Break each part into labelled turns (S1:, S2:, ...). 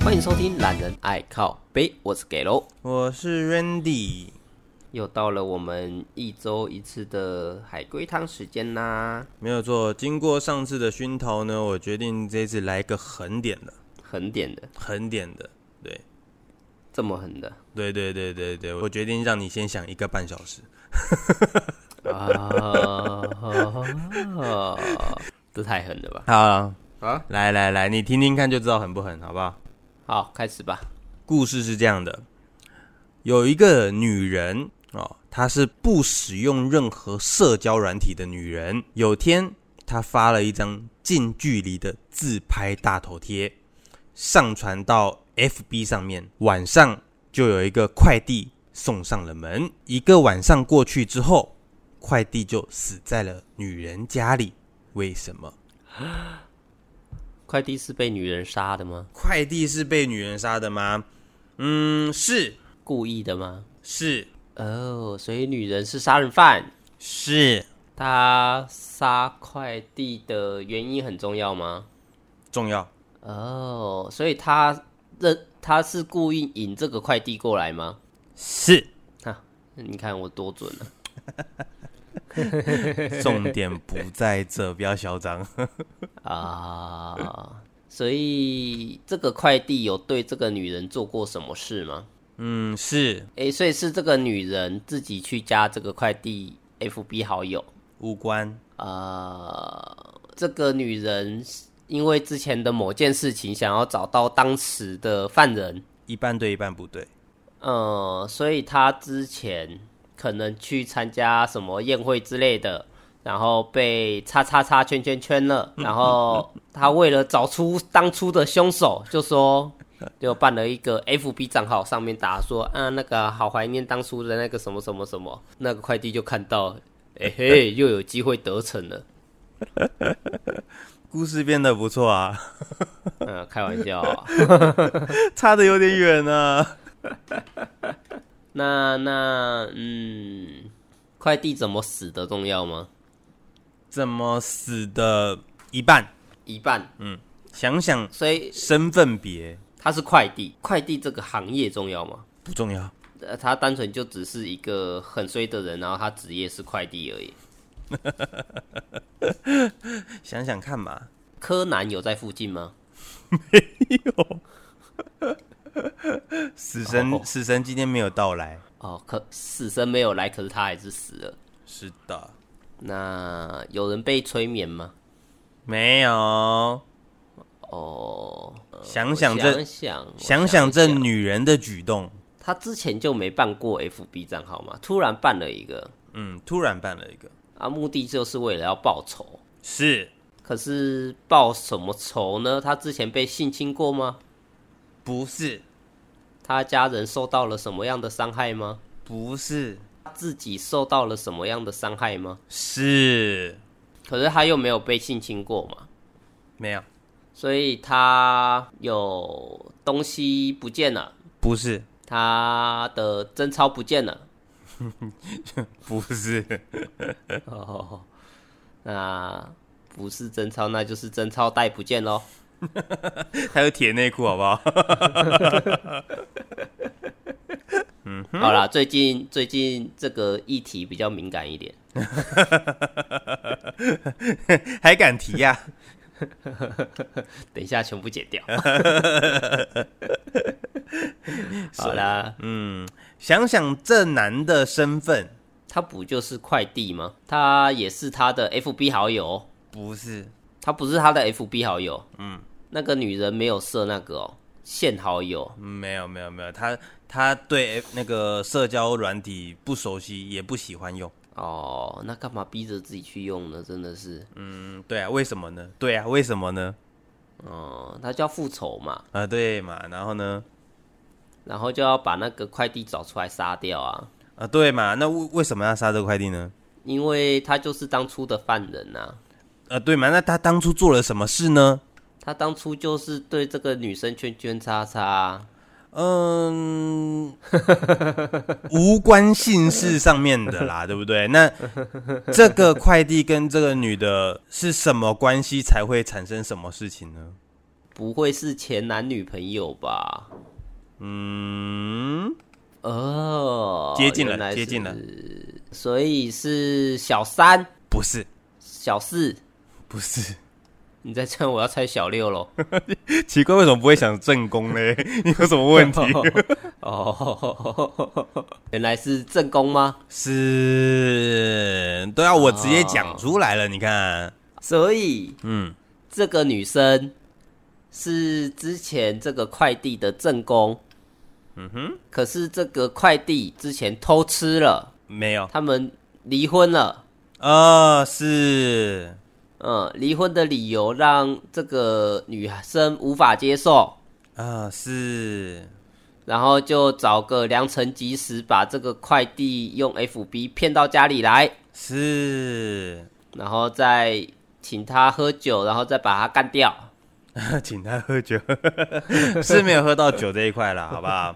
S1: 欢迎收听《懒人爱靠背》，我是 Gelo，
S2: 我是 Randy，
S1: 又到了我们一周一次的海龟汤时间啦！
S2: 没有错。经过上次的熏陶呢，我决定这次来一个狠点的，
S1: 狠点的，
S2: 狠点的。对，
S1: 这么狠的
S2: 对对对对对，我决定让你先想一个半小时。
S1: 啊！这太狠了吧！
S2: 好啊，
S1: 啊，
S2: 来来来，你听听看就知道狠不狠，好不好？
S1: 好，开始吧。
S2: 故事是这样的，有一个女人哦，她是不使用任何社交软体的女人。有天，她发了一张近距离的自拍大头贴，上传到 FB 上面。晚上就有一个快递送上了门。一个晚上过去之后，快递就死在了女人家里。为什么？
S1: 快递是被女人杀的吗？
S2: 快递是被女人杀的吗？嗯，是
S1: 故意的吗？
S2: 是
S1: 哦，所以女人是杀人犯。
S2: 是。
S1: 她杀快递的原因很重要吗？
S2: 重要，
S1: 哦，所以她认她是故意引这个快递过来吗？
S2: 是
S1: 哈，你看我多准啊！
S2: 重点不在这，不要嚣张。
S1: 啊，所以这个快递有对这个女人做过什么事吗？
S2: 嗯，是
S1: 诶，所以是这个女人自己去加这个快递 FB 好友。
S2: 无关，
S1: 啊，这个女人因为之前的某件事情，想要找到当时的犯人，
S2: 一半对一半不对，
S1: 嗯，所以他之前可能去参加什么宴会之类的，然后被叉叉叉圈圈圈了，然后他为了找出当初的凶手，就说就办了一个 FB 账号，上面打说啊那个好怀念当初的那个什么什么什么，那个快递就看到，哎、嘿，又有机会得逞了。
S2: 故事编的不错啊，
S1: 嗯，开玩笑、啊。
S2: 差的有点远啊。
S1: 那那嗯，快递怎么死的重要吗？
S2: 怎么死的？一半，
S1: 一半，
S2: 想想
S1: 所以
S2: 身份别
S1: 它是快递，快递这个行业重要吗？
S2: 不重要，
S1: 呃，他单纯就只是一个很衰的人，然后他职业是快递而已。
S2: 想想看 嘛。
S1: 柯南有在附近吗？
S2: 死神，
S1: 哦
S2: 死神今天没有到来。
S1: 哦，可死神没有来，可是他还是死了。
S2: 是的，
S1: 那有人被催眠吗？
S2: 没有。
S1: 哦，
S2: 想
S1: 我
S2: 呃想
S1: 想
S2: 这，
S1: 想我
S2: 想想这女人的举动，
S1: 他之前就没办过 FB 账号嘛，突然办了一个
S2: 嗯，突然办了一个，
S1: 啊，目的就是为了要报仇。
S2: 是
S1: 可是报什么仇呢？他之前被性侵过吗？
S2: 不是？
S1: 他家人受到了什么样的伤害吗？
S2: 不是，
S1: 他自己受到了什么样的伤害吗？
S2: 是
S1: 可是他又没有被性侵过嘛，
S2: 没有。
S1: 所以他有东西不见了，
S2: 不是，
S1: 他的贞操不见了。
S2: 不是，
S1: 哦，那不是贞操，那就是贞操带不见喽。
S2: 还有铁内裤，好不 好？
S1: 好啦，最近最近这个议题比较敏感一点。
S2: 还敢提啊呀、
S1: 等一下全部剪掉。好啦，
S2: 想想这男的身份，
S1: 他不就是快递吗？他也是他的 FB 好友，哦
S2: 不是，
S1: 他不是他的 FB 好友。嗯，那个女人没有设那个哦，现好友。
S2: 嗯没有，没有，没有，他他对那个社交软体不熟悉，也不喜欢用。
S1: 哦，那干嘛逼着自己去用呢？真的是，
S2: 嗯，对啊，为什么呢？对啊，为什么呢？
S1: 哦，他就要复仇嘛，
S2: 啊、对嘛，然后呢？
S1: 然后就要把那个快递找出来杀掉啊，
S2: 啊、对嘛，那为为什么要杀这个快递呢？
S1: 因为他就是当初的犯人呐、啊。
S2: 啊、对嘛，那他当初做了什么事呢？
S1: 他当初就是对这个女生圈圈叉叉啊，
S2: 嗯，无关姓氏上面的啦，对不对？那这个快递跟这个女的是什么关系才会产生什么事情呢？
S1: 不会是前男女朋友吧？
S2: 嗯，
S1: 哦，
S2: 接近
S1: 原来
S2: 了，
S1: 是
S2: 接近了，
S1: 所以是小三、
S2: 不是，
S1: 小四。
S2: 不是，
S1: 你再这样，我要猜小六 喽。
S2: 奇怪，为什么不会想正宫呢？你有什么问题？
S1: 哦，原来是正宫吗？
S2: 是，对啊，我直接讲出来了，你看，
S1: 所以
S2: 嗯，
S1: 这个女生是之前这个快递的正宫。嗯哼。可是这个快递之前偷吃了，
S2: 没有，
S1: 他们离婚了。
S2: 呃，是，
S1: 嗯，离婚的理由让这个女生无法接受，
S2: 啊、是，
S1: 然后就找个良辰吉时把这个快递用 FB 骗到家里来。
S2: 是，
S1: 然后再请他喝酒，然后再把他干掉。
S2: 请他喝 酒，是没有喝到酒这一块啦，好不好？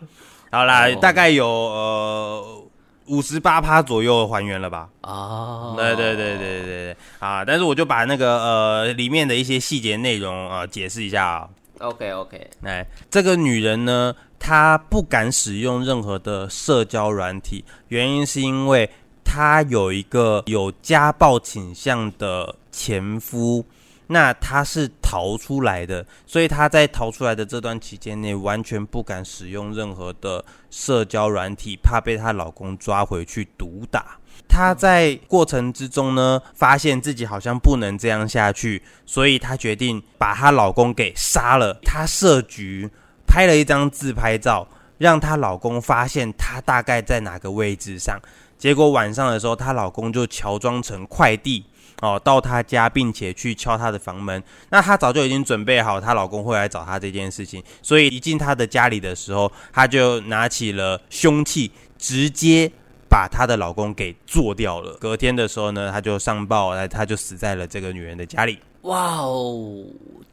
S2: 好啦，
S1: 哦
S2: 大概有呃五十八趴左右还原了吧？
S1: 哦
S2: 对对对对对对啊！但是我就把那个呃里面的一些细节内容啊、呃解释一下啊、
S1: ，OK OK，
S2: 哎，这个女人呢，她不敢使用任何的社交软体，原因是因为她有一个有家暴倾向的前夫。那她是逃出来的，所以她在逃出来的这段期间内，完全不敢使用任何的社交软体，怕被她老公抓回去毒打。她在过程之中呢，发现自己好像不能这样下去，所以她决定把她老公给杀了。她设局拍了一张自拍照，让她老公发现她大概在哪个位置上。结果晚上的时候，她老公就乔装成快递哦到她家，并且去敲她的房门。那她早就已经准备好她老公会来找她这件事情，所以一进她的家里的时候，她就拿起了凶器，直接把她的老公给做掉了。隔天的时候呢，她就上报，来她就死在了这个女人的家里。
S1: 哇哦，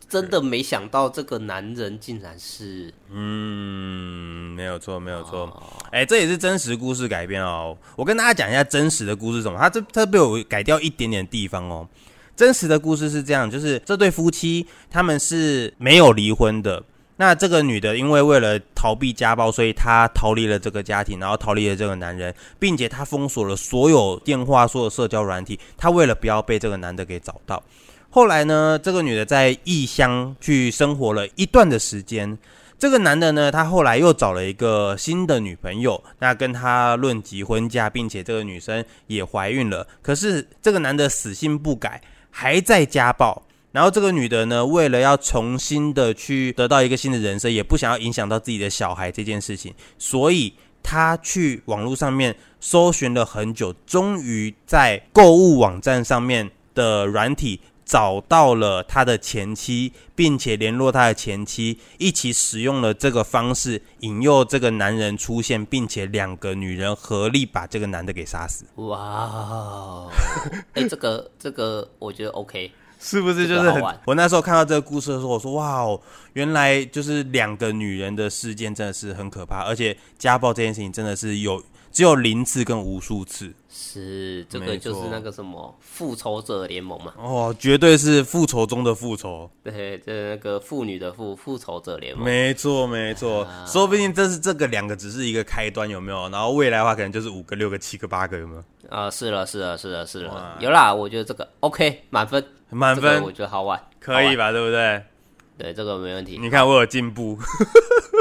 S1: 真的没想到这个男人竟然是
S2: 嗯，没有错，没有错。
S1: 哦
S2: 哎、这也是真实故事改编哦。我跟大家讲一下真实的故事是什么，它这它被我改掉一点点地方哦。真实的故事是这样，就是这对夫妻他们是没有离婚的。那这个女的因为为了逃避家暴，所以她逃离了这个家庭，然后逃离了这个男人，并且她封锁了所有电话、所有社交软体。她为了不要被这个男的给找到。后来呢，这个女的在异乡去生活了一段的时间，这个男的呢，他后来又找了一个新的女朋友，那跟他论及婚嫁，并且这个女生也怀孕了。可是这个男的死性不改，还在家暴。然后这个女的呢，为了要重新的去得到一个新的人生，也不想要影响到自己的小孩这件事情，所以她去网络上面搜寻了很久，终于在购物网站上面的软体找到了他的前妻，并且联络他的前妻，一起使用了这个方式引诱这个男人出现，并且两个女人合力把这个男的给杀死，
S1: 哇哦， 哎、这个这个我觉得 OK，
S2: 是不是
S1: 这个好玩
S2: 我那时候看到这个故事的时候，我说哇哦，原来就是两个女人的事件真的是很可怕，而且家暴这件事情真的是有只有零次跟无数次
S1: 是这个
S2: 没
S1: 就
S2: 错
S1: 是那个什么复仇者联盟嘛，
S2: 哦，绝对是复仇中的复仇。
S1: 对，这那个妇女的复复仇者联盟，
S2: 没错，没错，
S1: 啊
S2: 说不定这是这个两个只是一个开端，有没有？然后未来的话，可能就是五个、六个、七个、八个，有没有？
S1: 啊、是了是了是了是了
S2: 哇，
S1: 有啦，我觉得这个 OK 满分，
S2: 满
S1: 这
S2: 分、
S1: 个我觉得好玩，
S2: 可以
S1: 吧？
S2: 吧？对不对？
S1: 对，这个没问题，
S2: 你看我有进步，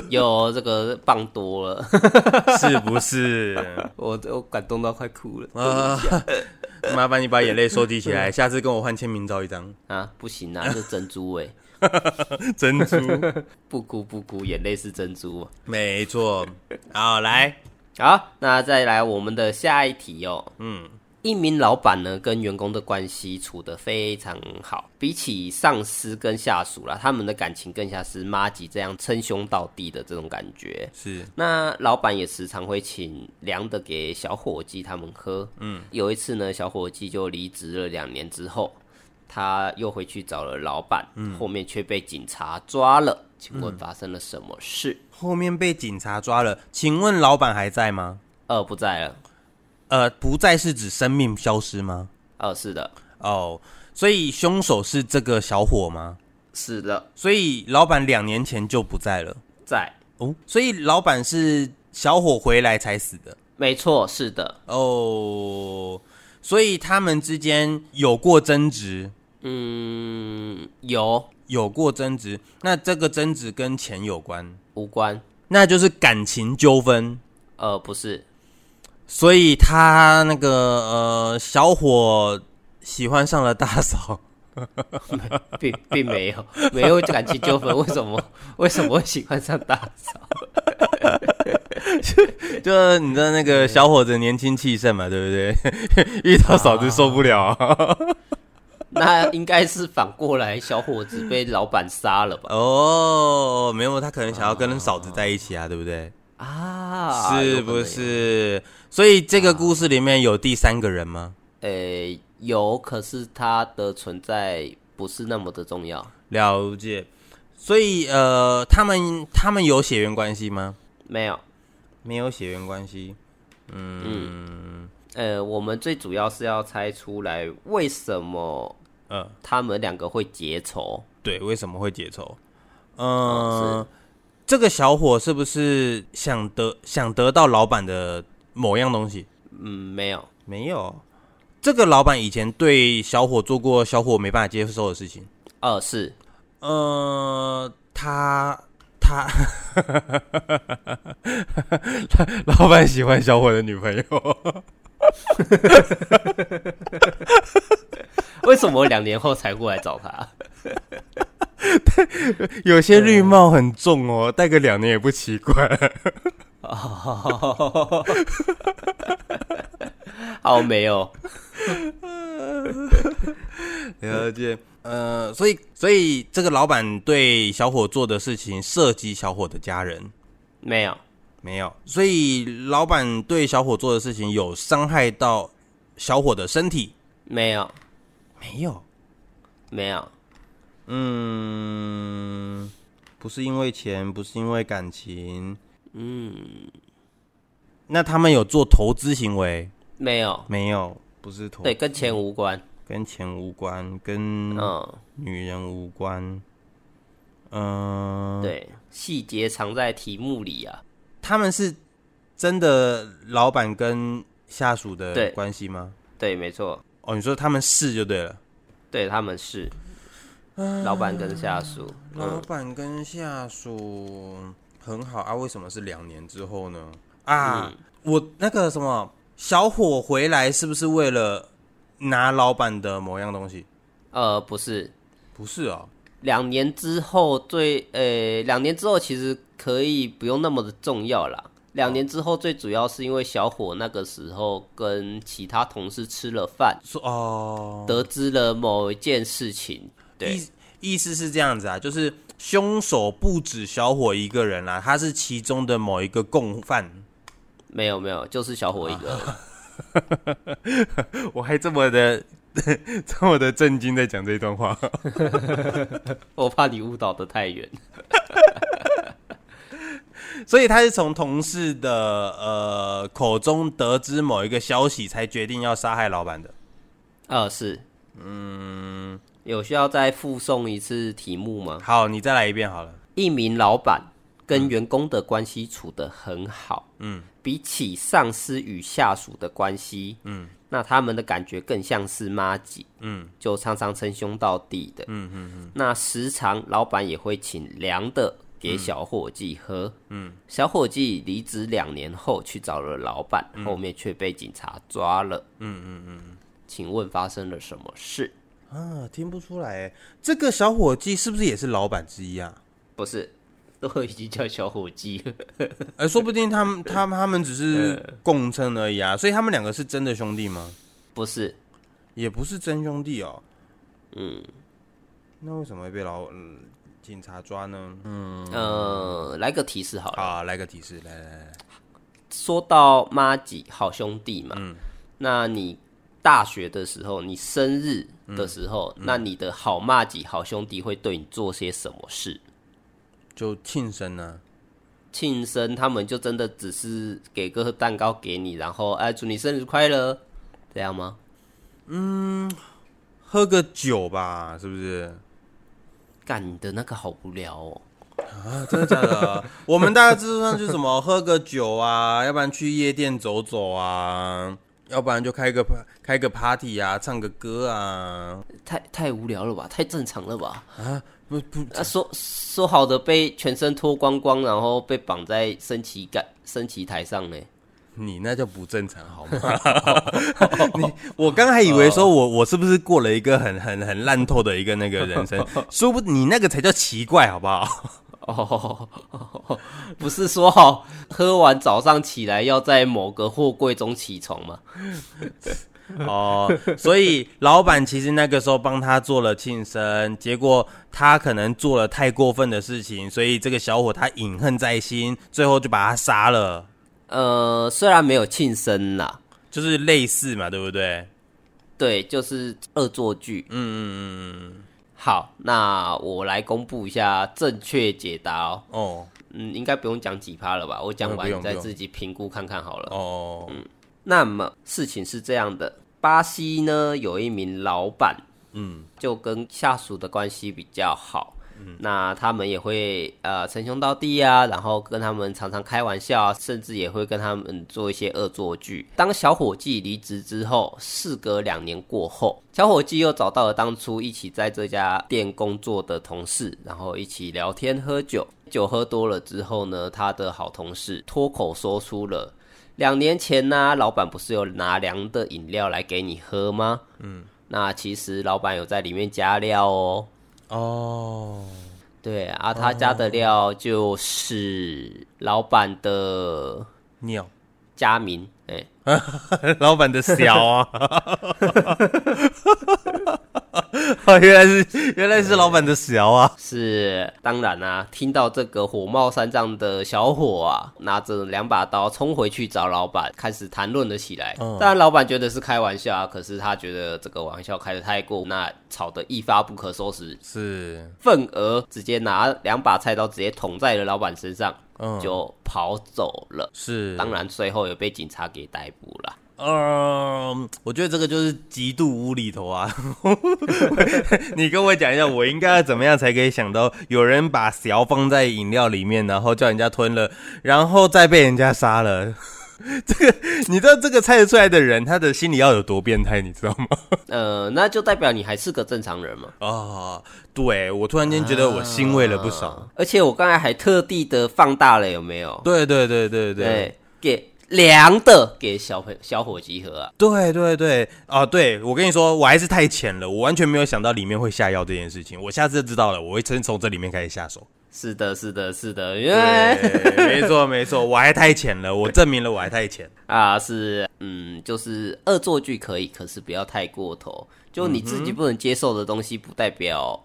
S1: 有这个棒多了。
S2: 是不是？
S1: 我我感动到快哭了
S2: 啊、麻烦你把眼泪收集起来，下次跟我换签名照一张。
S1: 啊！不行 啊，是珍珠哎、
S2: 珍珠，
S1: 不哭不哭，眼泪是珍珠啊。
S2: 没错。好，来，
S1: 好，那再来我们的下一题哦。
S2: 嗯，
S1: 一名老板呢跟员工的关系处得非常好，比起上司跟下属啦，他们的感情更像是妈吉这样称兄道弟的这种感觉。
S2: 是
S1: 那老板也时常会请凉的给小伙计他们喝。嗯，有一次呢，小伙计就离职了两年之后，他又回去找了老板，嗯、后面却被警察抓了。请问发生了什么事？
S2: 后面被警察抓了，请问老板还在吗？
S1: 二不在了。
S2: 呃，不在是指生命消失吗？
S1: 二是的，
S2: 哦，所以凶手是这个小伙吗？
S1: 死了，
S2: 所以老板两年前就不在了
S1: 在，
S2: 哦，所以老板是小伙回来才死的
S1: 没错，是的，
S2: 哦，所以他们之间有过争执，
S1: 嗯，有
S2: 有过争执，那这个争执跟钱有关，
S1: 无关，
S2: 那就是感情纠纷。
S1: 呃，不是，
S2: 所以他那个呃，小伙喜欢上了大嫂，
S1: 并并没有，没有感情纠纷，为什么 为什么会喜欢上大嫂？
S2: 就是你的那个小伙子年轻气盛嘛，对不对？ 遇到嫂子受不了、
S1: 那应该是反过来，小伙子被老板杀了吧？
S2: 哦，没有，他可能想要跟嫂子在一起啊，对不对？
S1: 啊，
S2: 是
S1: 有可能
S2: 不
S1: 有？
S2: 是？所以这个故事里面有第三个人吗？
S1: 呃、有，可是他的存在不是那么的重要，
S2: 啊了解。所以呃，他们他们有血缘关系吗？
S1: 没有。
S2: 没有血缘关系。嗯
S1: 呃，我们最主要是要猜出来为什么
S2: 呃，
S1: 他们两个会结仇。
S2: 对，为什么会结仇？嗯、
S1: 哦
S2: 这个小伙是不是想得想得到老板的某样东西？
S1: 嗯，没有，
S2: 没有。这个老板以前对小伙做过小伙没办法接受的事情。
S1: 呃，是
S2: 呃，他他 老板喜欢小伙的女朋友，
S1: 为什么我两年后才过来找 他？
S2: 有些绿帽很重哦，戴个两年也不奇怪。
S1: 好，哦没有，
S2: 了解。呃，所以所以这个老板对小伙做的事情涉及小伙的家人
S1: 没有，
S2: 没有，所以老板对小伙做的事情有伤害到小伙的身体
S1: 没有，
S2: 没有？
S1: 没有，
S2: 嗯，不是因为钱，不是因为感情。
S1: 嗯，
S2: 那他们有做投资行为
S1: 没有，
S2: 没有？不是投，
S1: 对，，跟钱无关。
S2: 跟钱无关，跟
S1: 嗯，
S2: 女人无关。嗯、
S1: 对，细节藏在题目里啊。
S2: 他们是真的老板跟下属的
S1: 对
S2: 关系吗？
S1: 对，没错，
S2: 哦，你说他们是就对了。
S1: 对他们是老板跟下属。
S2: 老
S1: 嗯，
S2: 板跟下属很好啊，为什么是两年之后呢？啊，
S1: 嗯
S2: 我那个什么小伙回来是不是为了拿老板的某样东西？
S1: 呃，不是，
S2: 不是哦，
S1: 两年之后最，呃，两年之后其实可以不用那么的重要啦。两年之后，最主要是因为小伙那个时候跟其他同事吃了饭，
S2: 说哦，
S1: 得知了某一件事情。对，
S2: 意意思是这样子啊，就是凶手不止小伙一个人啦、啊他是其中的某一个共犯。
S1: 没有没有，就是小伙一个人。
S2: 我还这么的 这么的震惊在讲这段话。
S1: 我怕你误导的太远。
S2: 所以他是从同事的呃口中得知某一个消息，才决定要杀害老板的。
S1: 呃，是，嗯，有需要再附送一次题目吗？
S2: 好，你再来一遍好了。
S1: 一名老板跟员工的关系处得很好，
S2: 嗯，
S1: 比起上司与下属的关系，嗯，那他们的感觉更像是妈吉，
S2: 嗯
S1: 就常常称兄道弟的，
S2: 嗯嗯嗯，
S1: 那时常老板也会请凉的给小伙计喝。嗯，小伙计离职两年后去找了老板，后面却被警察抓了。嗯嗯嗯嗯。请问发生了什么事？
S2: 啊，听不出来耶，这个小伙计是不是也是老板之一啊？
S1: 不是，都已经叫小伙计了。
S2: 呃，说不定他们他们他们只 是共称而已啊，所以他们两个是真的兄弟吗？
S1: 不是，
S2: 也不是真兄弟哦。嗯，那为什么会被老、嗯警察抓呢？嗯，
S1: 呃，来个提示好了。
S2: 好，来个提示，来来来，
S1: 说到妈吉好兄弟嘛，那你大学的时候，你生日的时候，那你的好妈吉好兄弟会对你做些什么事？
S2: 就庆生呢、
S1: 庆生，他们就真的只是给个蛋糕给你，然后哎，祝你生日快乐，这样吗？
S2: 喝个酒吧，是不是？
S1: 干你的那个好无聊哦。
S2: 啊，真的假的？我们大概就是上去什么喝个酒啊，要不然去夜店走走啊，要不然就开个 pa- 开个 party 啊，唱个歌啊，
S1: 太太无聊了吧，太正常了吧？
S2: 不不
S1: 啊，说说好的被全身脱光光，然后被绑在升旗杆、升旗台上呢？
S2: 你那叫不正常好吗？ 你我刚还以为说我我是不是过了一个很很很烂透的一个那个人生，说不你那个才叫奇怪好不好？
S1: 哦，不是说好喝完早上起来要在某个货柜中起床吗？
S2: 哦，所以老板其实那个时候帮他做了庆生，结果他可能做了太过分的事情，所以这个小伙他隐恨在心，最后就把他杀了，
S1: 呃，虽然没有庆生啦，
S2: 就是类似嘛，对不对？
S1: 对，就是恶作剧。
S2: 嗯嗯嗯嗯，
S1: 好，那我来公布一下正确解答哦。
S2: 哦
S1: 嗯，应该不用讲几趴了吧？我讲
S2: 嗯不
S1: 完
S2: 用
S1: 你再
S2: 不用
S1: 自己评估看看好了。
S2: 哦，
S1: 那么事情是这样的，巴西呢有一名老板
S2: 嗯
S1: 就跟下属的关系比较好，那他们也会呃称兄道弟啊，然后跟他们常常开玩笑啊，甚至也会跟他们做一些恶作剧。当小伙计离职之后，事隔两年过后，小伙计又找到了当初一起在这家店工作的同事，然后一起聊天喝酒。酒喝多了之后呢，他的好同事脱口说出了。两年前呢、老板不是有拿凉的饮料来给你喝吗？那其实老板有在里面加料哦。
S2: 哦，
S1: 对啊，他加的料就是老板的
S2: 尿，
S1: 家名，哎、
S2: 老板的小啊， 哦，原来是原来是老板的小啊，
S1: 是当然啊。听到这个火冒三丈的小伙啊，拿着两把刀冲回去找老板，开始谈论了起来。
S2: 嗯
S1: 当然，老板觉得是开玩笑啊，可是他觉得这个玩笑开的太过，那吵得一发不可收拾，
S2: 是，
S1: 愤而直接拿两把菜刀直接捅在了老板身上，
S2: 嗯，
S1: 就跑走了。
S2: 是，
S1: 当然，最后也被警察给逮捕了。
S2: 嗯，我觉得这个就是极度无厘头啊。 你跟我讲一下，我应该要怎么样才可以想到有人把小放在饮料里面，然后叫人家吞了，然后再被人家杀了？ 这个你知道这个猜得出来的人，他的心里要有多变态，你知道吗？
S1: 呃，那就代表你还是个正常人嘛。
S2: 啊、对我突然间觉得我欣慰了不少。
S1: 而且我刚才还特地的放大了，有没有？
S2: 对对对对对
S1: 对，给凉的给小朋小伙集合啊。
S2: 对对对啊！对我跟你说，我还是太浅了，我完全没有想到里面会下药这件事情。我下次就知道了，我会先从这里面开始下手。
S1: 是的，是的，是的，因为
S2: 对，没错没错，我还太浅了，我证明了我还太浅。
S1: 啊是嗯，就是恶作剧可以，可是不要太过头。就你自己
S2: 嗯
S1: 不能接受的东西，不代表。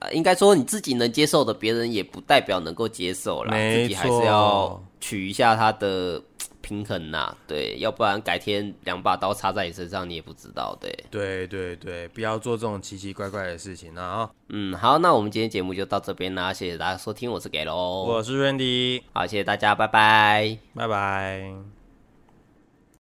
S1: 啊，应该说你自己能接受的，别人也不代表能够接受啦。
S2: 没
S1: 自己还
S2: 错
S1: 是要取一下它的平衡呐、对，要不然改天两把刀插在你身上，你也不知道。对，
S2: 对对对，不要做这种奇奇怪怪的事情啊！
S1: 嗯，好，那我们今天节目就到这边啦，谢谢大家收听，我是给喽，
S2: 我是 Randy，
S1: 好，谢谢大家，拜拜。
S2: 拜拜。